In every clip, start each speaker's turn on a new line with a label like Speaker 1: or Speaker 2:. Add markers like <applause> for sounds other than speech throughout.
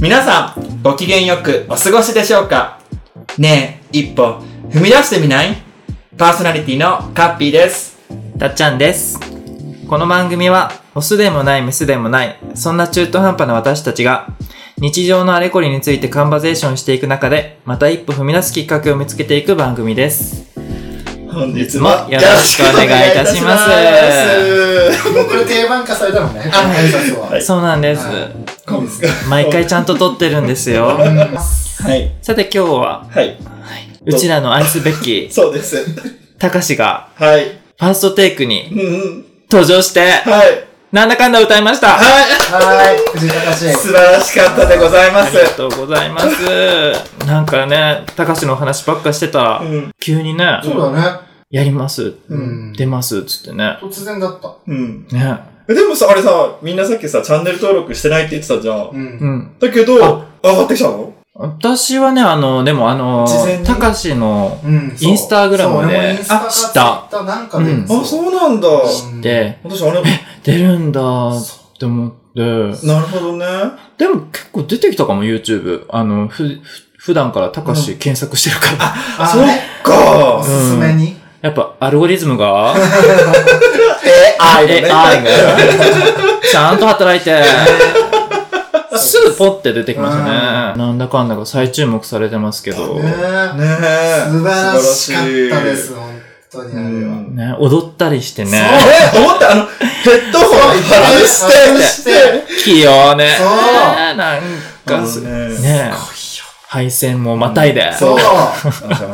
Speaker 1: 皆さん、ご機嫌よくお過ごしでしょうかねえ、一歩踏み出してみないパーソナリティのカッピーです。
Speaker 2: たっちゃんです。この番組は、オスでもないメスでもない、そんな中途半端な私たちが、日常のあれこれについてカンバゼーションしていく中で、また一歩踏み出すきっかけを見つけていく番組です。
Speaker 1: 本日
Speaker 2: もよろしくお願いいたします
Speaker 3: もうこれ定番化されたのね。あ、挨拶は。
Speaker 1: はい
Speaker 2: そうなんです。
Speaker 3: いいですか。
Speaker 2: 毎回ちゃんと撮ってるんですよ。
Speaker 1: はい。
Speaker 2: さて今日は、
Speaker 1: はい。
Speaker 2: うちらの愛すべ
Speaker 1: <laughs>
Speaker 2: き、
Speaker 1: そうです。
Speaker 2: たかしが、
Speaker 1: はい。
Speaker 2: ファーストテイクに
Speaker 1: うんうん。
Speaker 2: 登場して、
Speaker 1: はい。
Speaker 2: なんだかんだ歌いました。あ
Speaker 1: は
Speaker 3: はい。藤井隆
Speaker 1: い。素晴らしかったでございます
Speaker 2: り。がとうございます。なんかね、たかしの話ばっかしてたら、
Speaker 1: うん。
Speaker 2: 急にね、
Speaker 3: そうだね。
Speaker 2: やります、
Speaker 3: うん
Speaker 2: 出ます、つってね。
Speaker 3: 突然だった。
Speaker 1: うん。
Speaker 2: ね。
Speaker 1: えでもさ、あれさ、みんなさっきさ、チャンネル登録してないって言ってたじゃん。
Speaker 3: うん。
Speaker 2: うん。
Speaker 1: だけど、上がってきたの
Speaker 2: 私はね、あの、でもあの
Speaker 1: 事前、に
Speaker 2: たかしの、
Speaker 3: うん
Speaker 2: インスタグラムで
Speaker 3: あ、
Speaker 2: あ知
Speaker 3: 知
Speaker 2: っ
Speaker 3: ったた。Twitter なんかで。
Speaker 2: うん
Speaker 1: あ、そうなんだ。
Speaker 3: うん
Speaker 2: で、
Speaker 1: 私、あれ、
Speaker 2: 出るんだって思って。
Speaker 1: なるほどね。
Speaker 2: でも結構出てきたかも、YouTube。あの、ふ、ふ普段からたかし検索してる
Speaker 3: <laughs>
Speaker 2: から。
Speaker 3: あ
Speaker 1: そっ
Speaker 3: ねお
Speaker 1: か。
Speaker 3: すすめに。
Speaker 2: やっぱ、アルゴリズム
Speaker 3: <laughs>
Speaker 2: が、
Speaker 1: え、あ
Speaker 2: え、あいが、ちゃんと働いて、すぐポッて出てきましたね。なんだかんだが再注目されてますけど。
Speaker 3: ね
Speaker 1: ねえ。
Speaker 3: 素晴らしかったです、
Speaker 1: 素
Speaker 3: 本当に
Speaker 1: 晴らしい。
Speaker 3: あれは。
Speaker 1: うん
Speaker 2: ね、踊ったりしてね。
Speaker 1: え、思
Speaker 2: <laughs>
Speaker 1: ったあの、ヘッドホン外して、
Speaker 3: して。
Speaker 2: 器用ね。
Speaker 3: そう
Speaker 2: ねなんかす、ね
Speaker 1: ね
Speaker 2: え配線もまたいで。
Speaker 3: そう。
Speaker 1: あ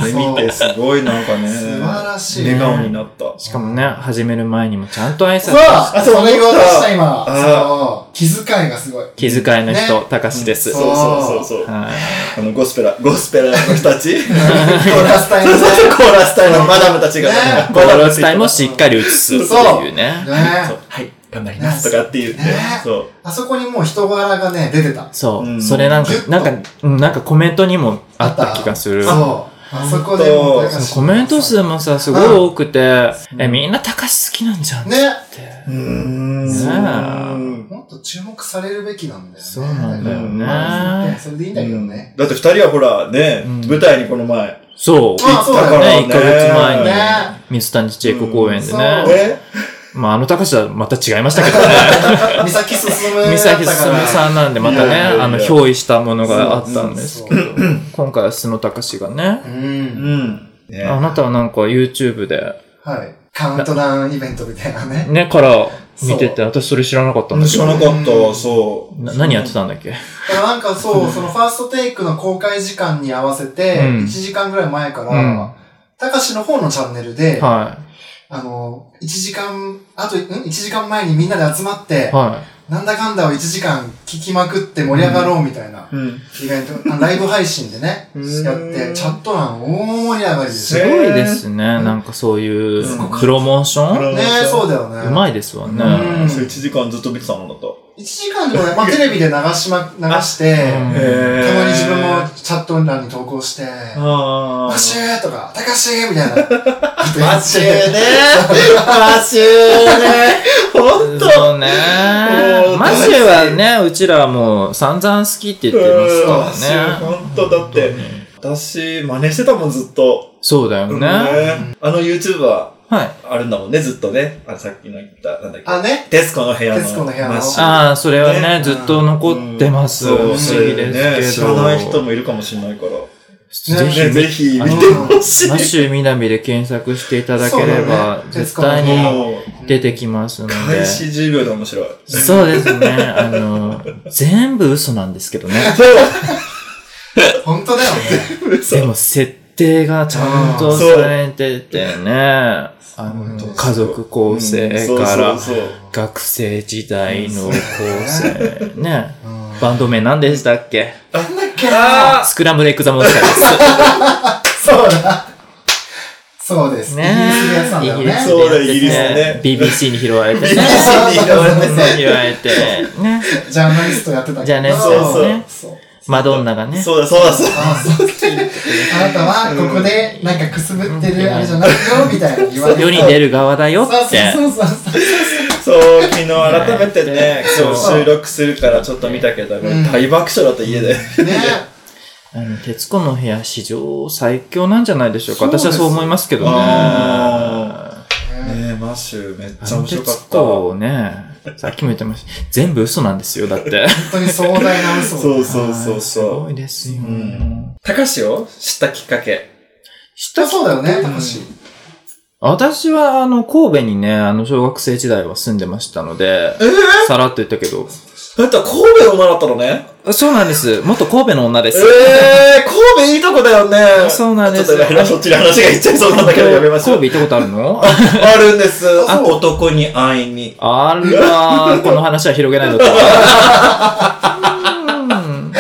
Speaker 1: れ見て、すごいなんかね、
Speaker 3: 素晴らしい。
Speaker 1: 笑顔になった。
Speaker 2: しかもね、始める前にもちゃんと挨
Speaker 3: そう
Speaker 2: 拶。
Speaker 1: あ
Speaker 3: あ、
Speaker 1: そう
Speaker 3: それ言おうとした、
Speaker 1: 思
Speaker 3: 今。
Speaker 1: った
Speaker 3: そう。気遣いがすごい。
Speaker 2: 気遣いの人、
Speaker 3: ね
Speaker 2: たかしです。
Speaker 1: そうそうそうそう。
Speaker 2: はい。
Speaker 1: あの、ゴスペラ、ゴスペラの人たち、
Speaker 3: コーラスタイ
Speaker 1: そう
Speaker 3: ルで。
Speaker 1: そう、コーラス隊のマダムたちが
Speaker 3: ね、
Speaker 2: ボールスタイもしっかり映すっていうね。
Speaker 1: そ
Speaker 3: ね
Speaker 1: うはい、頑張りますとかって言って
Speaker 3: ね、
Speaker 1: そう。
Speaker 3: あそこにもう人柄がね、出てた。
Speaker 2: そう、
Speaker 1: うん
Speaker 2: それなんか
Speaker 3: ギュッ、と
Speaker 2: なんか、うんなんかコメントにもあった気がする。
Speaker 3: そう
Speaker 2: そ。
Speaker 3: あそこでもう、
Speaker 2: うコメント数もさ、すごい多くて、え、みんなたかし好きなんじゃんって。
Speaker 3: ね。
Speaker 1: うーん。
Speaker 2: ね
Speaker 3: もっと注目されるべきなんだよね。
Speaker 2: そうなんだよね
Speaker 3: まあそれでいいんだけどね。
Speaker 1: だって二人はほら、ね、
Speaker 2: うん
Speaker 1: 舞台にこの前。
Speaker 2: そう。
Speaker 3: あそうだよね
Speaker 2: ね、1ヶ月前に
Speaker 3: ね、
Speaker 2: 水谷千恵子公演で
Speaker 3: うん
Speaker 2: ね。
Speaker 1: ね。
Speaker 2: まあ、あの高しはまた違いましたけ
Speaker 3: <laughs>
Speaker 2: どね。
Speaker 3: 三崎進
Speaker 2: 三崎進さんなんで、また
Speaker 1: い
Speaker 2: ね
Speaker 1: やいやい、や
Speaker 2: あの、憑依したものがあったんです
Speaker 3: そう
Speaker 2: けど、今回は須野隆がね、
Speaker 1: う
Speaker 3: うん。
Speaker 1: ん。ね
Speaker 2: あなたはなんか YouTube で、
Speaker 3: はい。カウントダウンイベントみたいなね。
Speaker 2: ね、から見てて、私それ知らなかったんだけ
Speaker 1: 知ら
Speaker 2: ど、
Speaker 1: なかった、そう。
Speaker 2: な何やってたんだっけ
Speaker 3: いやなんかそう、そのファーストテイクの公開時間に合わせて、
Speaker 2: うん
Speaker 3: 1時間ぐらい前か
Speaker 2: うん
Speaker 3: ら、たかしの方のチャンネルで、
Speaker 2: は
Speaker 3: あの、1時間、あと、ん ?1 時間前にみんなで集まって
Speaker 2: い。、は
Speaker 3: なんだかんだを1時間聞きまくって盛り上がろうみたいな、
Speaker 1: うん。
Speaker 3: イベント、あライブ配信でね、
Speaker 1: うん
Speaker 3: やって、チャット欄大盛り上がりでし
Speaker 2: い。す
Speaker 3: たよ。
Speaker 2: ごいですね。なんかそういう
Speaker 1: すごか、った
Speaker 2: プロモーション
Speaker 3: ねえ、そうだよね。
Speaker 2: うまいですわね。
Speaker 3: うん
Speaker 1: そう、1時間ずっと見てたのだと。
Speaker 3: 1時間でもね、まあテレビで流しま、流して、
Speaker 2: うん
Speaker 3: たまに自分も
Speaker 1: も。
Speaker 3: チャット欄に投稿して、
Speaker 1: あ
Speaker 3: マシューとか、たかしーみたいな。
Speaker 1: マ
Speaker 3: マ
Speaker 1: シューねマシューねほんと
Speaker 2: そうね
Speaker 1: もう。
Speaker 2: マシュはね、うちらはもう散々好きって言ってま
Speaker 1: マ
Speaker 2: す
Speaker 1: シ
Speaker 2: から
Speaker 1: ュー
Speaker 2: ね。
Speaker 1: ほんとだって、私、真似してたもん、ずっと。
Speaker 2: そうだよ
Speaker 1: うん
Speaker 2: ね。は
Speaker 1: あの YouTuber、
Speaker 2: い。
Speaker 1: あるんだもんね、ずっとね。あさっきの言った、なんだっけ。
Speaker 3: あ、ね。
Speaker 1: テスコの部屋の。
Speaker 3: 徹子の部屋の
Speaker 1: マシュー
Speaker 2: ああ、それはね、
Speaker 1: ね
Speaker 2: ずっと残ってます。
Speaker 1: うん
Speaker 2: 不思議ですけど。
Speaker 1: ね知らない人もいるかもしれないから。
Speaker 2: ぜひ、
Speaker 1: ねぜひ見てほしい。
Speaker 2: マッシュみなみで検索していただければ、
Speaker 3: そうだね
Speaker 2: 絶対に
Speaker 1: もう、
Speaker 2: 出てきますので。
Speaker 1: 開始10秒で面白い。
Speaker 2: そうですね。あの、全部嘘なんですけどね。
Speaker 3: 本当だよね。
Speaker 2: でも、設定がちゃんとされててね。あの
Speaker 3: そう、
Speaker 2: 家族構成
Speaker 1: うん
Speaker 2: から、
Speaker 1: そうそう
Speaker 2: 学生時代の構成。ね。
Speaker 3: うんなんだ
Speaker 2: バンド名何でしたっけ
Speaker 3: っけな
Speaker 1: あ
Speaker 2: スクラムレイクザモンスターです。
Speaker 3: そうだ。そうです。イギリスでやってたんだよね。
Speaker 1: スそうだイギリス
Speaker 2: ね
Speaker 1: ね。
Speaker 2: BBC に拾わ
Speaker 1: <laughs>
Speaker 2: れてね。
Speaker 1: BBC に拾われて
Speaker 2: <laughs> 拾われて。ね。
Speaker 3: ジャーナリストやってた
Speaker 2: ジャーナリス
Speaker 1: トやってね
Speaker 3: そうそう
Speaker 4: マドンナがね。
Speaker 1: そうだそうだそうだ。
Speaker 3: ああなたはここでなんかくすぶってるあれじゃないよみたいな言われ
Speaker 4: 世に出る側だよ
Speaker 3: そう
Speaker 4: って。
Speaker 3: そうそうそう
Speaker 1: そう、昨日改めてね、
Speaker 4: そ
Speaker 1: 今
Speaker 4: う
Speaker 1: 日収録するからちょっと見たけど、
Speaker 3: ん
Speaker 1: 大爆笑だった家で。
Speaker 3: そうね
Speaker 4: あの、徹子の部屋史上最強なんじゃないでしょうか。
Speaker 3: そうです
Speaker 4: 私はそう思いますけどね。
Speaker 1: あ
Speaker 4: あ
Speaker 1: ねえ、マッシュめっちゃ
Speaker 4: の
Speaker 1: 面白
Speaker 4: 徹
Speaker 1: かった。
Speaker 4: 子をね、さっきも言ってました。全部嘘なんですよ、
Speaker 1: <laughs>
Speaker 4: だって。
Speaker 3: 本当に壮大な嘘
Speaker 1: そうそうそう
Speaker 4: す
Speaker 1: そ
Speaker 4: ご
Speaker 1: う。
Speaker 4: いですよ。
Speaker 1: んたかしを知ったきっかけ。
Speaker 4: 知った
Speaker 3: そうそうだよね楽しい
Speaker 4: 私は、あの、神戸にね、あの、小学生時代は住んでましたので、さらっと言ったけど。
Speaker 1: だって神戸の女だったのね。
Speaker 4: あそうなんです。元神戸の女で
Speaker 1: え
Speaker 4: す。
Speaker 1: え、神戸いいとこだよね。
Speaker 4: そうなんです
Speaker 1: ちょっと今そっちの話がいっちゃいそうなんだけどやめましょう。
Speaker 4: 神戸行ったことある
Speaker 1: <laughs>
Speaker 4: の
Speaker 1: あるんです。
Speaker 2: あ、男に会いに。
Speaker 4: あらー、この話は広げないのと。うーん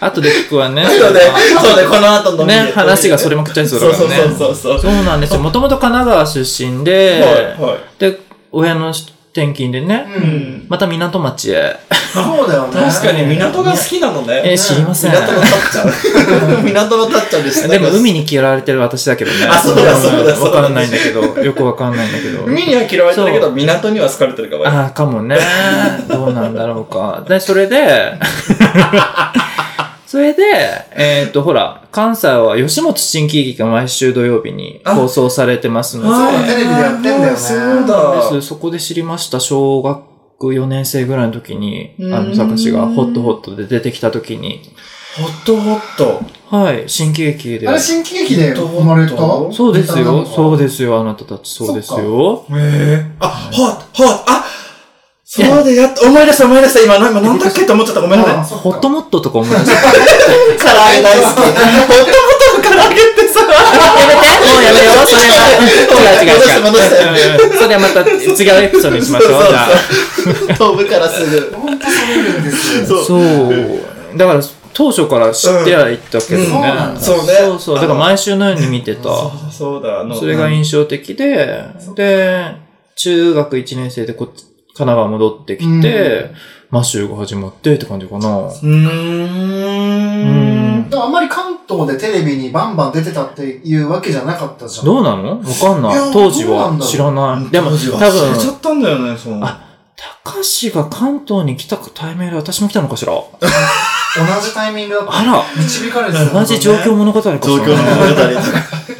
Speaker 4: 後で聞くわね。
Speaker 1: そうね、そうね、この後の
Speaker 4: ね、話がそれ
Speaker 1: も。
Speaker 4: まくっちゃいそ
Speaker 1: そう
Speaker 4: うだ
Speaker 1: そう
Speaker 4: からね。
Speaker 1: そうそう。
Speaker 4: そうなんですよ。もともと神奈川出身
Speaker 1: はい
Speaker 4: で、
Speaker 1: はい。
Speaker 4: で、親の転勤でね、
Speaker 3: うん
Speaker 4: また港町へ。
Speaker 3: そうだよね
Speaker 1: 確かに港が好きなのね。
Speaker 4: えー、知りません。
Speaker 1: 港のたっちゃん。港のたっちゃんでした。
Speaker 4: でも海に嫌われてる私だけどね。
Speaker 1: あそうだそうだそう
Speaker 4: わ
Speaker 1: だ
Speaker 4: かんないんだけど、よくわかんないんだけど。
Speaker 1: 海には嫌われてるけど、港には好かれてるかもよ。
Speaker 4: ああ、かもね。どうなんだろうか。で、それで、 <laughs> それで、えっ、と、ほら、関西は吉本新喜劇が毎週土曜日に放送されてますの
Speaker 3: あ
Speaker 4: で、
Speaker 3: そうテレビでやってんだよね
Speaker 1: そう
Speaker 4: そうで
Speaker 1: だ。
Speaker 4: すそこで知りました。小学4年生ぐらいの時に、
Speaker 1: うん
Speaker 4: あの、坂氏がホットホットで出てきた時に、
Speaker 1: ホットホット。
Speaker 4: はい、新喜劇で
Speaker 3: あ。れ新喜劇で生まれた
Speaker 4: そうですよ。そう
Speaker 3: で
Speaker 4: ですよ、あなたたち。そうですよ。
Speaker 1: へえ。あ、ホット、ホット、あそうでやっと、思い出した思い出した。今、なんかなんだっけって思っちゃった。ごめんなさい。
Speaker 4: ホットモットとか思い出した。
Speaker 1: 唐揚げ大好
Speaker 3: <laughs>
Speaker 1: き。ホットホットの唐揚げってさ、
Speaker 4: やめてもうやめようそれは。違う違う違う。
Speaker 1: 戻して戻
Speaker 4: うんそれはまた違うエピソードにしましょう。
Speaker 1: そうそう
Speaker 4: じゃあ
Speaker 1: 飛ぶからすぐ。
Speaker 3: 本当それるんですよ
Speaker 1: そう
Speaker 4: そう。だから、当初から知ってはいたけど
Speaker 1: う
Speaker 4: ね。
Speaker 1: ん
Speaker 3: そうなんだ
Speaker 1: そうね
Speaker 4: そうそう。だから毎週のように見てた。
Speaker 1: あそうだ、あの、
Speaker 4: それが印象的で、で、中学1年生でこっち、神奈川戻ってきて、マッシュが始まってって感じかな。
Speaker 1: うーん。
Speaker 3: だからあんまり関東でテレビにバンバン出てたっていうわけじゃなかったじゃん
Speaker 4: どうなのわかんない
Speaker 3: いや
Speaker 4: い。当時
Speaker 3: どうな
Speaker 4: は
Speaker 3: んだろう
Speaker 4: 知らない。でも、
Speaker 1: 当時は
Speaker 4: 多
Speaker 1: 知れちゃ
Speaker 4: 分、
Speaker 1: ったんだよね、そう。
Speaker 4: あ高志が関東に来たタイミングで私も来たのかしら
Speaker 3: 同じタイミングだった
Speaker 4: あら
Speaker 3: 導かれてた
Speaker 4: 同じ状況物語かしら、
Speaker 1: 状況の物語 <laughs> や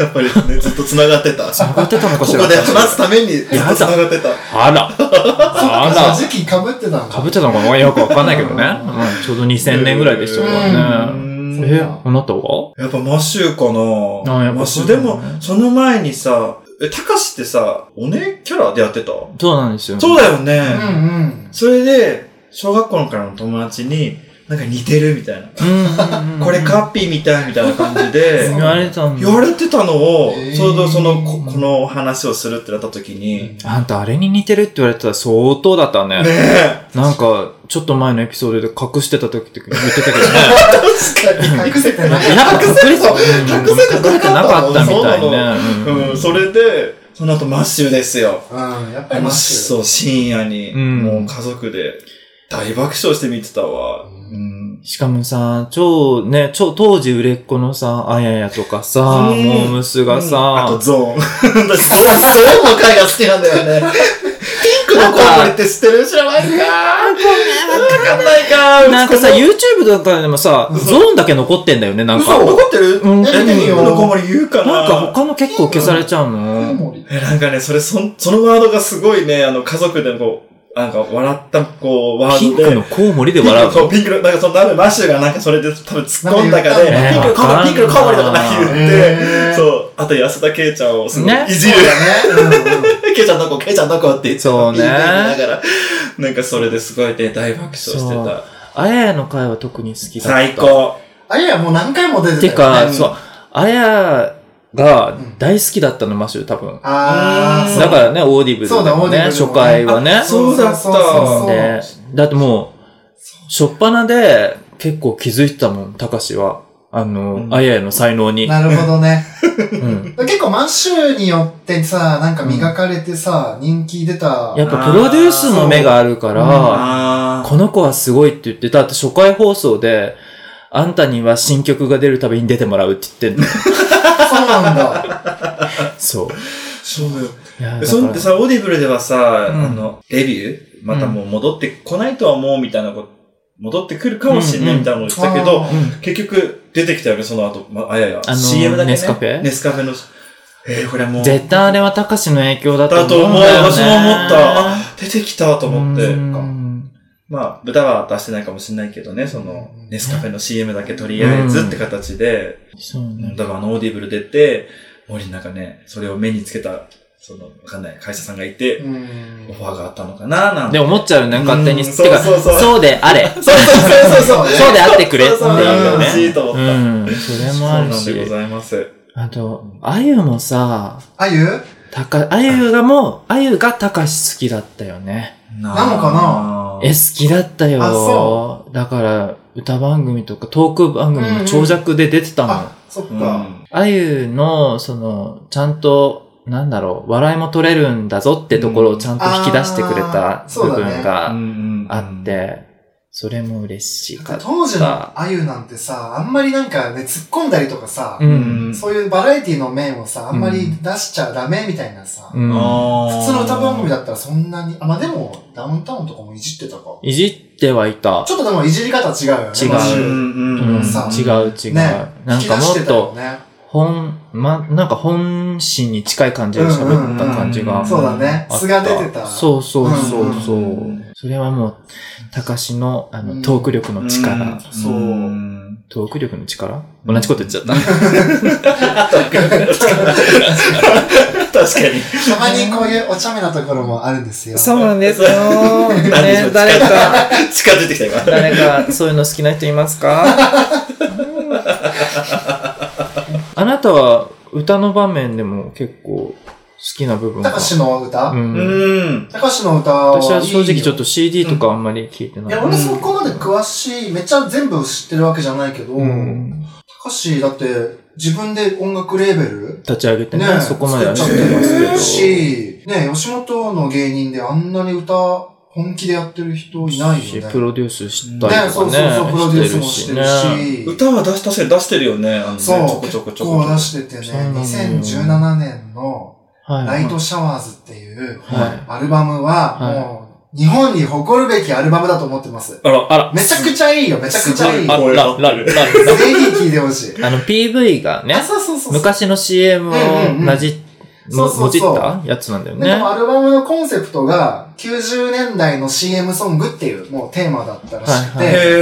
Speaker 1: っぱりね、ずっと繋がってた。
Speaker 4: 上がってたのか
Speaker 1: こ
Speaker 4: し
Speaker 1: こ
Speaker 4: ら
Speaker 1: で話すためにずっと繋がってた。
Speaker 4: あらあ
Speaker 3: 時期被ってたんだ
Speaker 4: らかぶってたのかなよくわかんないけどね。うんちょうど2000年ぐらいでしたから
Speaker 1: う
Speaker 4: ね。
Speaker 1: ん
Speaker 4: え、あなたは
Speaker 1: やっぱマシューかな
Speaker 4: あやっぱ
Speaker 1: マシュー
Speaker 4: そ
Speaker 1: で
Speaker 4: うだね
Speaker 1: も、その前にさ、え、たかしってさ、おねキャラでやってた
Speaker 4: そうなんですよ。
Speaker 1: そうだよ
Speaker 3: う
Speaker 1: ね。
Speaker 3: んうん
Speaker 1: それで、小学校のからの友達に、なんか似てるみたいな。
Speaker 4: うん。
Speaker 1: これカッピーみたいみたいな感じで、
Speaker 4: 言われたんだ
Speaker 1: 言。われてたのを、
Speaker 3: へー
Speaker 1: ちょうどその、ここの話をするってなった時に、
Speaker 4: あんたあれに似てるって言われてたら相当だったね。
Speaker 1: ね
Speaker 4: なんか、ちょっと前のエピソードで隠してた時って言ってたけどね。
Speaker 3: 隠せてない
Speaker 4: なんか隠れてた。うん
Speaker 1: 隠せてなかった
Speaker 4: 隠れてなかったみたいね。
Speaker 1: え。
Speaker 4: うん
Speaker 1: うん、それで、その後マッシュですよ。
Speaker 3: うんやっ
Speaker 1: マ
Speaker 3: ぱり
Speaker 1: ッ
Speaker 3: マッシュ
Speaker 1: そう、深夜に、
Speaker 4: うん
Speaker 1: もう家族で、大爆笑して見てたわ。うん。
Speaker 4: しかもさ、超ね、超当時売れっ子のさ、あややとかさ、
Speaker 1: うん
Speaker 4: モームスがさ、
Speaker 1: あとゾー <laughs> ン。私、ゾーンゾーンの回が好きなんだよね。ピンクのコウモリって知ってる知らないかごめん、わかんないか
Speaker 4: なんかさ、YouTube とかでもさ、ゾーンだけ残ってんだよね、なん
Speaker 1: 嘘
Speaker 4: か。
Speaker 1: 怒ってる
Speaker 4: うん
Speaker 1: え、ピンクのコウモリ言うかな
Speaker 4: なんか他の結構消されちゃうの。
Speaker 1: え、なんかね、それ、そん、そのワードがすごいね、あの、家族でこう、なんか笑った、こう、ワ
Speaker 4: ピ
Speaker 1: ー
Speaker 4: ン
Speaker 1: ドで。
Speaker 4: クのコウモリで笑う
Speaker 1: そう、
Speaker 4: の。
Speaker 1: ピンクの、なんかその、なんかマッシュがなんかそれで多分突っ込んだかで、
Speaker 3: なん
Speaker 1: ピ
Speaker 4: か
Speaker 1: ンク
Speaker 4: 言
Speaker 1: の
Speaker 4: った
Speaker 1: コウモリ、ピンクのコウモリとかなんか言って、
Speaker 3: へー
Speaker 1: そう、あと安田圭ちゃんをすごい
Speaker 4: ね
Speaker 1: いじ
Speaker 3: そう
Speaker 1: る。
Speaker 3: だねうんうん
Speaker 1: <laughs> ケイちゃんどこケイちゃんどこって言って
Speaker 4: そうね
Speaker 1: 言いながら、なんかそれですごいね、大爆笑して
Speaker 4: そう
Speaker 1: た。
Speaker 4: あややの回は特に好きだった。
Speaker 1: 最。高。
Speaker 3: あいやもう何回も出て
Speaker 4: て
Speaker 3: たよ
Speaker 4: か、
Speaker 3: ね
Speaker 4: そう、あやが大好きだったの、マッシュ、多分。
Speaker 3: あー
Speaker 1: うん
Speaker 3: そう
Speaker 4: だからね、オーディブル
Speaker 3: そうだ
Speaker 4: の
Speaker 3: オーデ
Speaker 4: ね、
Speaker 3: ィブルの
Speaker 4: 初回はね
Speaker 3: あ。そうだった
Speaker 1: そうだ
Speaker 4: で、だってもう、初っ端で結構気づいてたもん、たかしは。あの
Speaker 1: う、ん
Speaker 4: あややの才能に。
Speaker 3: なるほどね
Speaker 1: <laughs>
Speaker 4: うん
Speaker 3: 結構マッシュによってさなんか磨かれてさ人気出た
Speaker 4: やっぱプロデュースの目があるから、
Speaker 1: あ
Speaker 4: この子はすごいって言って、だって初回放送で、あんたには新曲が出るたびに出てもらうって言っ
Speaker 1: <laughs>
Speaker 4: てんの。
Speaker 3: そうなんだ。
Speaker 4: そう。
Speaker 1: そうだよ。
Speaker 4: いやだから
Speaker 1: そうってさ、オーディブルではさ、
Speaker 4: うん
Speaker 1: あの、レビューまたもう戻ってこないとは思うみたいなこと、戻ってくるかもしれないみたいなこと言ってたけど、
Speaker 3: うんうん
Speaker 4: うん
Speaker 1: 結局出てきたよね、その後、まあやや。
Speaker 4: あの
Speaker 1: CM だけね。
Speaker 4: ネスカフェ
Speaker 1: ネスカフェの、えー、これもう。
Speaker 4: 絶対あれはたかしの影響だと
Speaker 1: だ
Speaker 4: 思
Speaker 1: と
Speaker 4: うん
Speaker 1: 思う。
Speaker 4: だよ、ね。
Speaker 1: 私も思った。あ、出てきたと思って。
Speaker 4: うん
Speaker 1: まあ、豚は出してないかもしれないけどね、その、ネスカフェの CM だけとりあえずって形で、
Speaker 4: そうね。
Speaker 1: だからあのオーディブル出て、森の中ね、それを目につけた、その、わかんない、会社さんがいて、
Speaker 3: うん
Speaker 1: オファーがあったのかななんて。
Speaker 4: で、思っちゃうよね、勝手に。
Speaker 1: うんそう
Speaker 4: てか
Speaker 1: そうそう
Speaker 4: そうであれ。
Speaker 1: <laughs> そうそうそうそう。
Speaker 4: そうであってくれってい
Speaker 1: そうそう
Speaker 4: う
Speaker 1: 欲し
Speaker 4: ね。
Speaker 1: いと思
Speaker 4: う
Speaker 1: った。
Speaker 4: ん。それ
Speaker 1: そう
Speaker 4: もある
Speaker 1: なんでご
Speaker 4: し。
Speaker 1: ざいます。
Speaker 4: あと、あゆもさ、
Speaker 3: あゆ
Speaker 4: たか、あゆがもう、あゆがたかし好きだったよね。
Speaker 1: な
Speaker 3: なのか
Speaker 4: え、好きだったよ。
Speaker 3: あそ
Speaker 4: だから、歌番組とかトーク番組の長尺で出てたの。
Speaker 3: あ、そっ
Speaker 1: うん
Speaker 3: か。
Speaker 4: あゆの、その、ちゃんと、なんだろう、笑いも取れるんだぞってところをちゃんと引き出してくれた
Speaker 3: あー
Speaker 4: 部
Speaker 3: そうだね
Speaker 4: 分が
Speaker 1: ん
Speaker 4: あって、それも嬉しかった。
Speaker 3: 当時のあゆなんてさ、あんまりなんかね、突っ込んだりとかさ
Speaker 4: う、ん。
Speaker 3: そういうバラエティの面をさ、あんまり出しちゃダメみたいなさ、
Speaker 4: うん。
Speaker 1: 普
Speaker 3: 普通の歌番組
Speaker 1: だ。
Speaker 3: だったらそんなに、あ、まあでも、ダウンタウンとかもいじってたか。
Speaker 4: いじってはいた。
Speaker 3: ちょっとでもいじり方違うよね。
Speaker 4: 違う
Speaker 3: マジ
Speaker 1: う
Speaker 3: で
Speaker 1: んう
Speaker 4: うんん、違う
Speaker 1: うん。
Speaker 3: さ
Speaker 4: 違う。
Speaker 3: ね
Speaker 4: なんかも
Speaker 3: 引き出し
Speaker 4: って
Speaker 3: たよ
Speaker 4: と、
Speaker 3: ね
Speaker 4: 本、ま、なんか本心に近い感じで喋った感じが。
Speaker 3: そうだね。
Speaker 4: あった
Speaker 3: 素が出てた。
Speaker 4: そうそうそうそう。
Speaker 1: うんうんうん
Speaker 4: それはもう、たかしの、あ
Speaker 3: う
Speaker 4: の、
Speaker 3: ん
Speaker 4: トーク力の力。
Speaker 3: そうん
Speaker 4: トーク力の力同じこと言っちゃった。
Speaker 1: 確かに。
Speaker 3: たまにこういうお茶目なところもあるんですよ。
Speaker 4: そうなん <laughs> ですよ。
Speaker 1: なんでしょ
Speaker 4: ね
Speaker 1: う、
Speaker 4: 誰か、
Speaker 1: 近づいてきた
Speaker 3: <laughs>
Speaker 1: 今。
Speaker 4: 誰か、そういうの好きな人いますか <laughs> あなたは歌の場面でも結構好きな部分
Speaker 3: た
Speaker 4: が
Speaker 3: か。しの歌
Speaker 4: うん
Speaker 1: うん。
Speaker 3: たかしの歌は
Speaker 4: 私は正直ちょっ
Speaker 3: と。
Speaker 4: と CD とかあんまり聞いて
Speaker 3: い
Speaker 4: ない。
Speaker 3: や、俺そこまで詳しい、めっちゃ全部知ってるわけじゃないけど、
Speaker 4: うん
Speaker 3: たかしだって自分で音楽レーベル
Speaker 4: 立ち上げてね、
Speaker 3: ね
Speaker 4: そこまでは知っ
Speaker 3: 作っ
Speaker 4: て
Speaker 3: ちゃって
Speaker 4: ま
Speaker 3: ます
Speaker 4: けど。
Speaker 3: すし、ね、吉本の芸人であんなに歌、本気でやってる人いないよね。
Speaker 4: プ
Speaker 3: ね、
Speaker 4: ロデュースしたりと
Speaker 3: そ
Speaker 4: か
Speaker 3: うそう
Speaker 4: ね。
Speaker 3: そう、プロデュースもしてる
Speaker 4: ね
Speaker 3: し。
Speaker 1: 歌は出し、確かに出してるよね。あのね、ち
Speaker 3: そう
Speaker 1: ょこちょこちょこ
Speaker 3: こ。う出しててね、
Speaker 4: そうなのよ
Speaker 3: 2017年の
Speaker 4: はい。
Speaker 3: ライトシャワーズっていう
Speaker 4: はい。
Speaker 3: アルバムは、
Speaker 4: はい
Speaker 3: もう日本に誇るべきアルバムだと思ってます。
Speaker 1: あら、あら。
Speaker 3: めちゃくちゃいいよ、めちゃくちゃいい。
Speaker 4: あ、
Speaker 3: ぜ
Speaker 1: す
Speaker 4: ラ、ラ、ラ、ラ。
Speaker 3: ひ聴いてほしい。
Speaker 4: あの、PV がね
Speaker 3: あ、、そうそうそうそう。
Speaker 4: 昔の CM をなじ、
Speaker 3: うんうんうん
Speaker 4: も
Speaker 3: そ
Speaker 4: も
Speaker 3: うそ
Speaker 4: じ
Speaker 3: う
Speaker 4: っ
Speaker 3: そう
Speaker 4: たやつなんだよ
Speaker 3: でで
Speaker 4: ね
Speaker 3: も。アルバムのコンセプトが90年代の CM ソングっていうもうテーマだったらしくて、
Speaker 4: はいは
Speaker 3: そう、
Speaker 1: へ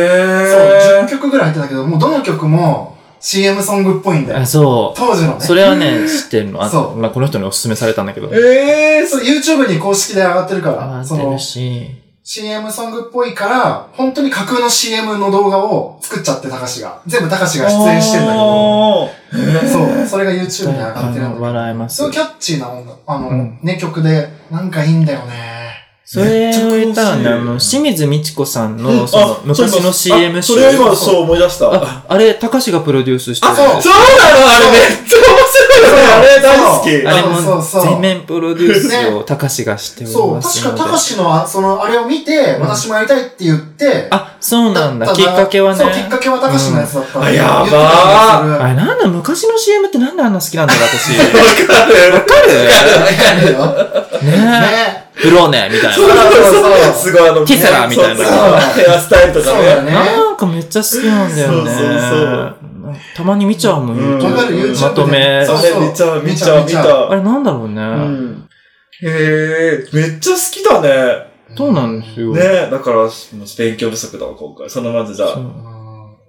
Speaker 3: 10曲ぐらい入ってたけど、もうどの曲も CM ソングっぽいんだ
Speaker 4: あ、
Speaker 3: よ。
Speaker 4: そ
Speaker 3: 当時の
Speaker 4: う。
Speaker 3: ね。
Speaker 4: それはね、知ってるの。あ
Speaker 3: そう
Speaker 4: まあ、この人にお勧めされたんだけど。
Speaker 1: ぇー。え
Speaker 3: そう YouTube に公式で上がってるか
Speaker 4: あ
Speaker 3: ら、
Speaker 4: ー
Speaker 3: そ
Speaker 4: 出
Speaker 3: の
Speaker 4: る、し。
Speaker 3: CM ソングっぽいから、本当に架空の CM の動画を作っちゃって、たかしが。全部たかし
Speaker 1: ー。
Speaker 3: が出演してんだけど。
Speaker 1: あ
Speaker 3: そう、それが YouTube に上
Speaker 4: あ
Speaker 3: がってるんだけ
Speaker 4: の、
Speaker 3: ど。
Speaker 4: 笑えます
Speaker 3: すごい。キャッチーな音楽、あの、
Speaker 4: うん
Speaker 3: ね、曲で、なんかいいんだよね。
Speaker 4: それを言ったら
Speaker 1: めっ
Speaker 4: ね、
Speaker 1: ちゃ詳
Speaker 4: あ
Speaker 1: しい
Speaker 4: の、清水美智子さん
Speaker 1: ー
Speaker 4: の、その、昔の CM
Speaker 1: あそれを今そう
Speaker 4: う。
Speaker 1: 思い出した。
Speaker 4: あ、あれ、高志がプロデュースしてる。
Speaker 3: あそう
Speaker 1: そうなのあれめっちゃ面白 <laughs> いよね。あれ大好き。
Speaker 4: あれ
Speaker 3: そう
Speaker 4: も
Speaker 3: そうそう
Speaker 4: 全面プロデュースを高志がしており
Speaker 3: そう、
Speaker 4: ます
Speaker 3: 確か
Speaker 4: の
Speaker 3: た
Speaker 4: で。
Speaker 3: かしのあ、その、あれを見て、
Speaker 4: ん
Speaker 3: 私もやりたいって言って、
Speaker 4: あ、そうなん
Speaker 3: だ
Speaker 4: だ。
Speaker 3: っ
Speaker 4: き
Speaker 3: た
Speaker 4: っ
Speaker 3: ら
Speaker 4: かけはね。
Speaker 3: そう、きっかけはたかしのやつだった。
Speaker 1: うんあやばー
Speaker 4: あれなんだ、昔の CM ってなんであんな好きなんだろう、私。
Speaker 1: わかる。わかる <laughs>
Speaker 3: ーるよ。
Speaker 4: ね
Speaker 3: ね。
Speaker 4: え。ブローネみたい
Speaker 1: そう
Speaker 4: な。
Speaker 1: そうそう。すごいあの、
Speaker 4: ティセラーみたいな
Speaker 1: そうそうヘアスタイルと
Speaker 3: そ
Speaker 1: か
Speaker 3: うだ
Speaker 1: ね。
Speaker 3: ね。
Speaker 4: なんかめっちゃ好きなんだよね。
Speaker 1: そう
Speaker 4: たまに見ちゃうもん、
Speaker 1: うん
Speaker 3: わかる
Speaker 4: YouTube
Speaker 3: YouTube
Speaker 4: まとめ
Speaker 3: で。
Speaker 1: そ
Speaker 3: そうう
Speaker 1: ね
Speaker 3: そう
Speaker 1: 見ちゃう、見ちゃう、見
Speaker 3: 見
Speaker 1: ち
Speaker 3: ち
Speaker 1: ゃう
Speaker 3: ゃう。
Speaker 4: あれなんだろうね。
Speaker 1: うんへえ、めっちゃ好きだね。
Speaker 4: そうなんですよ。
Speaker 1: ねだから、もう勉強不足だわ、今回。そのまずじゃ
Speaker 4: そ
Speaker 1: あ、
Speaker 4: う
Speaker 3: うん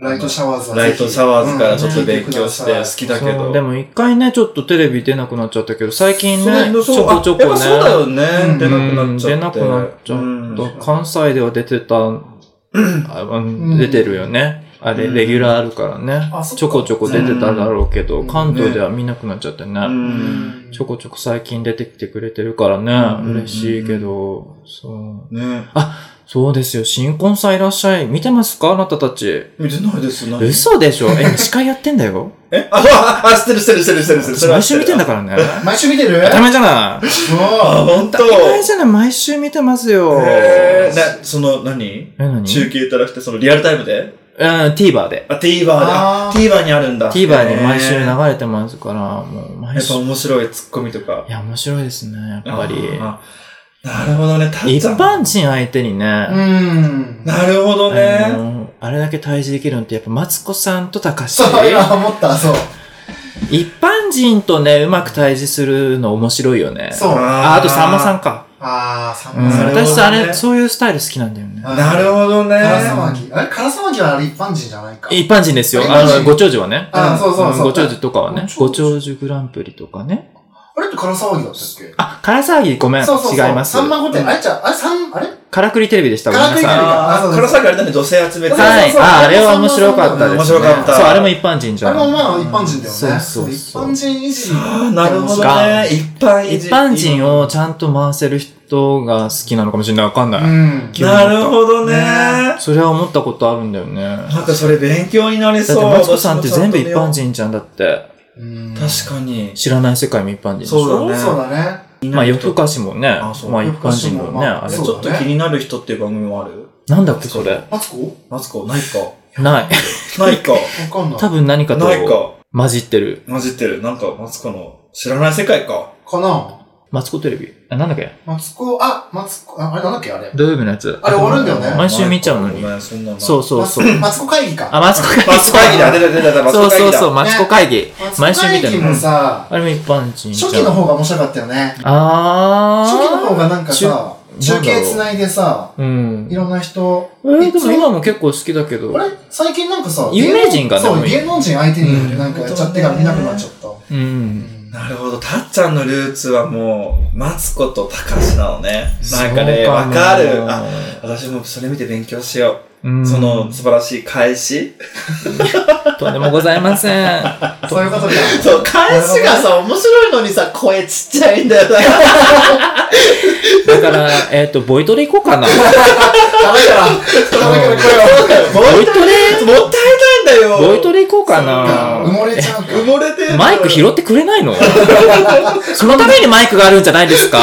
Speaker 3: ライトシャワーズはぜ
Speaker 1: ラ
Speaker 3: ひ
Speaker 1: イトシャワーズからちょっ
Speaker 3: う
Speaker 1: と
Speaker 3: ん聞い
Speaker 1: 勉強して、
Speaker 3: くだ
Speaker 1: 好
Speaker 3: さい
Speaker 1: きだけ
Speaker 4: そ
Speaker 1: ど。
Speaker 4: うでも一回ね、ちょっとテレビ出なくなっちゃったけど、最近
Speaker 1: そう
Speaker 4: ね、ちょこちょこ
Speaker 1: やっぱ
Speaker 4: ね。
Speaker 1: そうだよね。
Speaker 3: うん
Speaker 1: 出なくなっちゃって。
Speaker 4: 出なくなっちゃった
Speaker 1: うん
Speaker 4: 関西では出てた、あうん出てるよね。あれ、
Speaker 1: うん
Speaker 4: レギュラーあるからね
Speaker 3: あそっ。か
Speaker 4: ちょこちょこ出てただろうけど、
Speaker 3: うん
Speaker 4: 関東では見なくなっちゃってね。
Speaker 1: うん。
Speaker 4: ちょこちょこ最近出てきてくれてるからね、
Speaker 1: うん
Speaker 4: 嬉しいけど、そう。
Speaker 1: ね
Speaker 4: そうですよ、新婚さんいらっしゃい。見てますかあなたたち。
Speaker 1: 見てないです、何
Speaker 4: 嘘でしょえ、司会やってんだよ。
Speaker 1: え <laughs> あ、あ、知ってる、知ってる、知ってる、知ってる。知ってる
Speaker 4: 毎週見てんだからね。
Speaker 3: 毎週見てる
Speaker 4: 当たり前じゃない。
Speaker 1: あ、
Speaker 3: もう、
Speaker 1: ほん
Speaker 4: 当
Speaker 1: と
Speaker 4: たり前じゃない、毎週見てますよ。
Speaker 1: へえ、な、その、何
Speaker 4: え、何
Speaker 1: 中継いただくて、そのリアルタイムで
Speaker 4: うん、TVer で。
Speaker 1: あ、TVer で。あ
Speaker 3: あ、ー
Speaker 1: TVer にあるんだ。
Speaker 4: TVer に毎週
Speaker 1: へー
Speaker 4: 流
Speaker 1: やっ
Speaker 4: れてますから、もう毎週。
Speaker 1: ぱ
Speaker 4: い
Speaker 1: 面白いツッコミとか。
Speaker 4: や、面白いですね、やっぱり。
Speaker 1: あーなるほどね、たっ
Speaker 4: 一
Speaker 1: ちゃん。
Speaker 4: 般人相手に
Speaker 3: う
Speaker 4: ね、
Speaker 3: ん。
Speaker 1: なるほど
Speaker 4: あ
Speaker 1: ね。
Speaker 4: の、あれだけ対峙できるのって、やっぱマツコさんと高橋
Speaker 3: <laughs> そう、今思った、そう。
Speaker 4: 一般人とね、うまく対峙するの面白いよね。
Speaker 3: そう。
Speaker 4: あ、あとさんまさ
Speaker 1: ん。
Speaker 4: んか。
Speaker 3: あー、さ
Speaker 4: うんん、
Speaker 3: まさ
Speaker 1: なる
Speaker 3: ん。
Speaker 1: ほどね
Speaker 4: 私、あれ、そういうスタイル好きなんだよね。
Speaker 1: なるほどね。
Speaker 3: カラサマギ。あれ、カラサマギはあれ一般人じゃないか。
Speaker 4: 一般人ですよ。
Speaker 3: 一
Speaker 4: あ
Speaker 3: 般人
Speaker 4: の、ご長寿はね。
Speaker 3: あそうそうそう。
Speaker 4: ご長寿とかはね。ご
Speaker 3: ご
Speaker 4: 長
Speaker 3: 長
Speaker 4: 寿グランプリとかね。
Speaker 3: あれってカラサマギだったっけ
Speaker 4: あ、唐騒ぎごめん。
Speaker 3: そうそうそう。
Speaker 4: 違います
Speaker 3: さ。んま御殿。あれちゃう、あれ、さん、あれ
Speaker 4: カラクリテレビでした。ご
Speaker 3: カラクリ
Speaker 4: めんな
Speaker 3: テレ
Speaker 4: さい
Speaker 3: ビ。
Speaker 1: あー
Speaker 3: あ
Speaker 1: 黒崎あれだね、女性集めて。
Speaker 3: そうそう
Speaker 4: はい。あ、あれは面白かったです、ね。
Speaker 1: 面白かった
Speaker 4: そう、あれも一般人じ
Speaker 3: あ
Speaker 4: ゃ
Speaker 3: れも
Speaker 4: ん。
Speaker 3: まあ一般人だよね。
Speaker 4: そうそうそう
Speaker 3: 一般人維持。
Speaker 1: あーなるほどね。一般人。
Speaker 4: 一般人をちゃんと回せる人が好きなのかもしれない。わかん
Speaker 3: う
Speaker 4: ない。
Speaker 3: ん。
Speaker 1: なるほどね。
Speaker 3: ね
Speaker 4: それは思ったことあるんだよね。だ
Speaker 1: なんかそれ勉強になり
Speaker 4: って、
Speaker 1: そう。
Speaker 4: マツコさんって全部一般。人じゃんだって。
Speaker 3: うん
Speaker 1: 確かに。
Speaker 4: 知らない世界も一般人でし
Speaker 1: そ
Speaker 4: ょ。
Speaker 1: うだね
Speaker 3: そうだね。
Speaker 4: まあ、夜更かしもね。まあ、
Speaker 1: あ
Speaker 4: 一
Speaker 1: そう
Speaker 4: 般人だよね。あ
Speaker 3: 夜更か
Speaker 4: れ
Speaker 3: し
Speaker 1: ち
Speaker 3: も
Speaker 4: は。
Speaker 3: まあ
Speaker 1: ょっと気になる人っていう番組もある
Speaker 4: なんだっけ、それ。
Speaker 3: マツコ
Speaker 1: マツコ、ないか。
Speaker 4: ない。
Speaker 1: ないか。
Speaker 3: わかんない。
Speaker 4: 多分何かと
Speaker 1: ないか。
Speaker 4: 混じってる。
Speaker 1: 混じってる。なんか、マツコの知らない世界か。
Speaker 3: かな
Speaker 4: マツコテレビ。あ、なんだっけ
Speaker 3: マツコ、あ、マツコ、ああれなんだっけあれ。
Speaker 4: 土曜日のやつ。
Speaker 3: あれ終わるんだよね。
Speaker 4: 毎週見ちゃうのに
Speaker 1: ごめん、そんなの。。
Speaker 4: そううそうそう。
Speaker 3: マツマツコ会議
Speaker 4: あ、
Speaker 3: か。
Speaker 4: マツコ会議。
Speaker 1: マツコ会議だ。出た出た出た。マツ
Speaker 4: そ
Speaker 1: コ
Speaker 4: う
Speaker 1: 会
Speaker 4: そう
Speaker 1: 議だ。
Speaker 4: そう、マツコ会議。毎
Speaker 3: マツコ
Speaker 4: 週見
Speaker 3: 会
Speaker 4: て
Speaker 3: 議
Speaker 4: る
Speaker 3: もさ、
Speaker 4: あれも一般人じゃん。
Speaker 3: 初期の方が面白かったよね。
Speaker 4: あー。
Speaker 3: 初期の方がなんかさ、
Speaker 4: 中
Speaker 3: 中継繋いでさ、
Speaker 4: うん
Speaker 3: い。ろんな人、
Speaker 4: えー、でも今も結構好きだけど。
Speaker 3: あれ最近なんかさ、
Speaker 4: 有名人が
Speaker 3: 芸能
Speaker 4: で
Speaker 3: そ
Speaker 4: も
Speaker 3: う、
Speaker 4: いい
Speaker 3: 芸能人相手になんかやっちゃってから見なくなっちゃった。
Speaker 4: う。
Speaker 3: うんん
Speaker 1: なるほど。たっちゃんのルーツはもう、マツコと高橋なのね。なんか
Speaker 4: そう
Speaker 1: ね、わ
Speaker 4: な
Speaker 1: かる。あ、私もそれ見て勉強しよ
Speaker 4: う
Speaker 1: う。
Speaker 4: ん。
Speaker 1: その、素晴らしい返し。
Speaker 4: とんでもございません。 <laughs>
Speaker 3: そういうことか。
Speaker 1: そう、返しがさ、面白いのにさ、声ちっちゃいんだよな。
Speaker 4: だから、えっと、ボイトレ行こう
Speaker 1: <laughs>
Speaker 4: かな。
Speaker 3: ダメだな。ダメだな、これは。
Speaker 1: ボイトレ <laughs> もったいないんだよ。
Speaker 4: ボイトレ行こうか
Speaker 3: 埋
Speaker 4: な。
Speaker 3: もれちゃうか。
Speaker 1: 埋もれてんのよ
Speaker 4: マイク拾ってくれないのそのためにマイクがあるんじゃないですか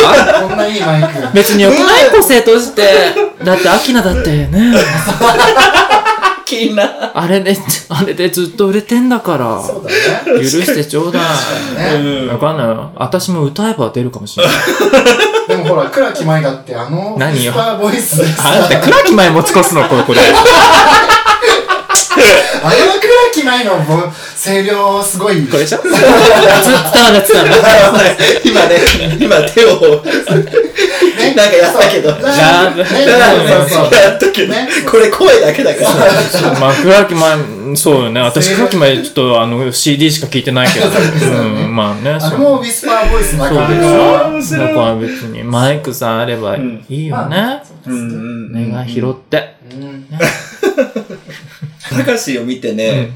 Speaker 3: こんないいマイク。
Speaker 4: 別によくない個性として。だって、アキナだってね、
Speaker 1: 気にな
Speaker 4: あれで、あれでずっと売れてんだから。
Speaker 3: そうだね。
Speaker 4: 許してちょうだ
Speaker 3: ね
Speaker 4: い。わかんないよ。私も歌えば出るかもしれない。
Speaker 3: でもほら、倉木舞だってあの、
Speaker 4: 何よ
Speaker 3: スターボイスでさ、
Speaker 4: あなた、倉木前持ち越すの、こ <laughs> こで。
Speaker 3: あれは倉木舞のぼ声量すごい。
Speaker 4: これでしょ伝わる、伝わる。
Speaker 1: 今ね、今手を、
Speaker 3: ね
Speaker 1: なんかやったけど
Speaker 3: そう
Speaker 4: ラブ
Speaker 3: ね
Speaker 4: ラブ
Speaker 3: そうそうそう。
Speaker 1: やったけど
Speaker 3: ね、
Speaker 1: これ声だけだから。
Speaker 4: まあ、倉木前、そうよね。私、倉木前、ちょっと、あの、CD しか聞いてないけど。うん、まあね。
Speaker 3: あれ
Speaker 4: そう
Speaker 3: もウィスパーボイスな
Speaker 4: そう
Speaker 3: 感
Speaker 4: で
Speaker 3: じ
Speaker 4: し
Speaker 3: が。
Speaker 4: ょだから別に、マイクさんあればいいよね。
Speaker 1: うん
Speaker 4: 目が拾って。
Speaker 3: うん
Speaker 1: たかしを見てね、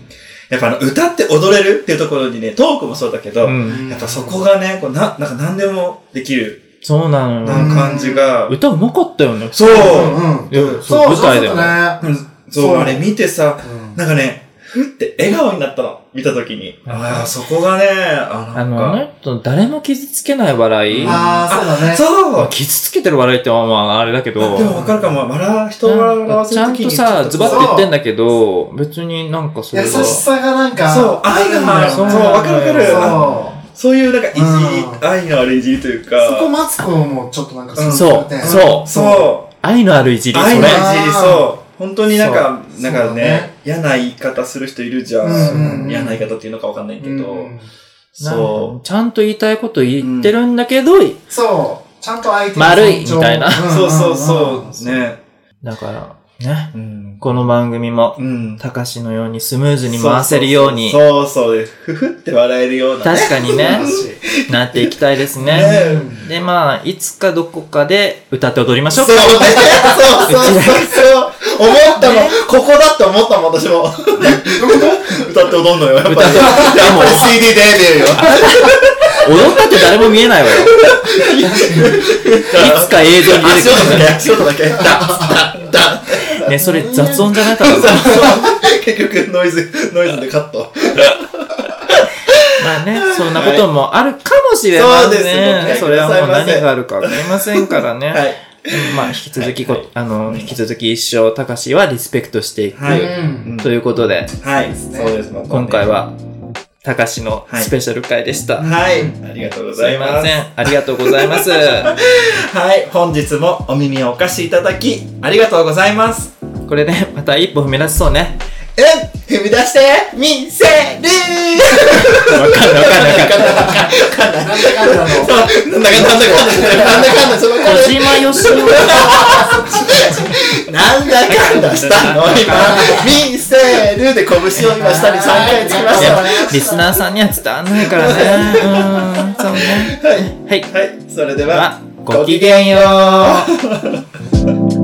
Speaker 1: やっぱあの歌って踊れるっていうところにね、トークもそうだけど、
Speaker 4: うん。
Speaker 1: やっぱそこがね、こうな、なんか何でもできる、
Speaker 4: そうなの
Speaker 1: な
Speaker 4: よ。
Speaker 1: んか感じが、
Speaker 4: 歌うまかったよね。
Speaker 1: そう
Speaker 3: うん
Speaker 1: う
Speaker 3: うん。
Speaker 4: いや
Speaker 3: そう、
Speaker 4: そう、舞台で
Speaker 3: そう
Speaker 4: も。
Speaker 3: だね。
Speaker 1: ん
Speaker 3: そ
Speaker 1: そうう、あれ見てさ、
Speaker 3: うん
Speaker 1: なんかね、ふって笑顔になったの、見たときに。ああ、そこがね、あ
Speaker 4: あ
Speaker 1: なん
Speaker 4: の、あ
Speaker 1: か
Speaker 4: の人、誰も傷つけない笑い。
Speaker 3: あー、そうだね。
Speaker 1: そ
Speaker 4: まあ
Speaker 1: う
Speaker 4: 傷つけてる笑いってまあまああれだけど。
Speaker 1: でもわかるかも、笑う、人を笑わせ
Speaker 4: ちゃ
Speaker 1: る
Speaker 4: ん
Speaker 1: とき
Speaker 4: と
Speaker 1: に。
Speaker 4: さ、ズバッ
Speaker 3: ッ
Speaker 4: て
Speaker 3: と
Speaker 4: 言ってんだけど、別になんかそ
Speaker 3: 優
Speaker 4: れ
Speaker 3: し
Speaker 4: は。
Speaker 3: さがなんか、
Speaker 1: そう、愛がある。そう、
Speaker 4: ん
Speaker 3: そ
Speaker 4: だよ
Speaker 1: わかるわかる。
Speaker 3: う。
Speaker 1: そういうなんかいじり
Speaker 3: う、ん
Speaker 1: 愛のあるいじりというか。
Speaker 3: そこマツコもちょっとなんか
Speaker 1: うん
Speaker 4: そう、
Speaker 3: ね
Speaker 4: そう、
Speaker 1: そう。
Speaker 4: 愛のあるいじり、そ
Speaker 1: 愛の
Speaker 4: れ。
Speaker 1: あるいじり、
Speaker 3: あー
Speaker 1: そう。本当になんか、
Speaker 3: そう
Speaker 1: なんか
Speaker 3: そう
Speaker 1: ね
Speaker 3: ね、
Speaker 1: 嫌な言い方する人いるじゃ。
Speaker 3: うんうんん
Speaker 1: 嫌な言い方っていうのかわかんないけど。
Speaker 3: うん
Speaker 4: なん
Speaker 1: そ
Speaker 4: かちゃんと言いたいこと言ってるんだけど、
Speaker 3: そう。ちゃんと相手
Speaker 4: 丸いみたいな
Speaker 1: う。そうそうそう。ね。
Speaker 4: だから、ね。
Speaker 1: うん。
Speaker 4: この番組も、
Speaker 1: うん。
Speaker 4: たかしのようにスムーズに回せるように、
Speaker 1: そうそうです。ふふって笑えるようなね。
Speaker 4: 確かにね、なっていきたいですね。
Speaker 1: ね
Speaker 4: で、まあ、いつかどこかで歌って踊りましょうか
Speaker 1: そう。ね、そうそうそうそう。思ったもん、ここだって思ったもん、私も。歌って踊んのよ、やっぱり。
Speaker 4: 歌って
Speaker 1: やっぱり CD デビューよ。
Speaker 4: 踊ったって誰も見えないわよ。いつか映像に出て
Speaker 1: 足音
Speaker 4: く
Speaker 1: だ
Speaker 4: る
Speaker 1: け、足音だけ。
Speaker 4: ね。ね、それ雑音じゃないから。
Speaker 1: 結局、ノイズ、ノイズでカット。
Speaker 4: まあね、そんなこともあるかもしれないね。
Speaker 1: はいそうですご期待
Speaker 4: それはも
Speaker 1: く
Speaker 4: う
Speaker 1: ださいませ
Speaker 4: 何があるかわかりませんからね。
Speaker 1: はい。
Speaker 4: まあ、引き続きこ、
Speaker 1: はい
Speaker 4: あの、引き続き一生、たかしはリスペクトしていく。
Speaker 2: はいう
Speaker 1: うん
Speaker 3: ん。
Speaker 4: ということで、
Speaker 2: はい。
Speaker 1: そうです、またね
Speaker 4: 今回。は、たかしの
Speaker 2: はい
Speaker 4: スペシャル回でした。
Speaker 2: はい。
Speaker 1: ありがとうご
Speaker 4: す
Speaker 1: ざ
Speaker 4: い
Speaker 1: い
Speaker 4: ま
Speaker 1: ます
Speaker 4: せ。ん。ありがとうございます。
Speaker 2: はい。本日もお耳をお貸しいただき、ありがとうございます。
Speaker 4: これで、また一歩踏み出しそうね。
Speaker 2: うん踏み出してみせる
Speaker 4: わかんないわかんないわかんない。
Speaker 3: なんだかんだの。
Speaker 1: なんだかんだかんだ、なんだかんだ、その
Speaker 4: 小島よしお。
Speaker 1: <laughs> なんだかんだしたの今、
Speaker 4: <laughs>
Speaker 1: 見せるで拳を今下に3回つきました。
Speaker 4: リスナーさんには伝わんないからね。うーん、そうね。
Speaker 1: はい、
Speaker 4: はい。
Speaker 1: はい、それで
Speaker 4: では
Speaker 1: は、、
Speaker 4: ごきげんよう。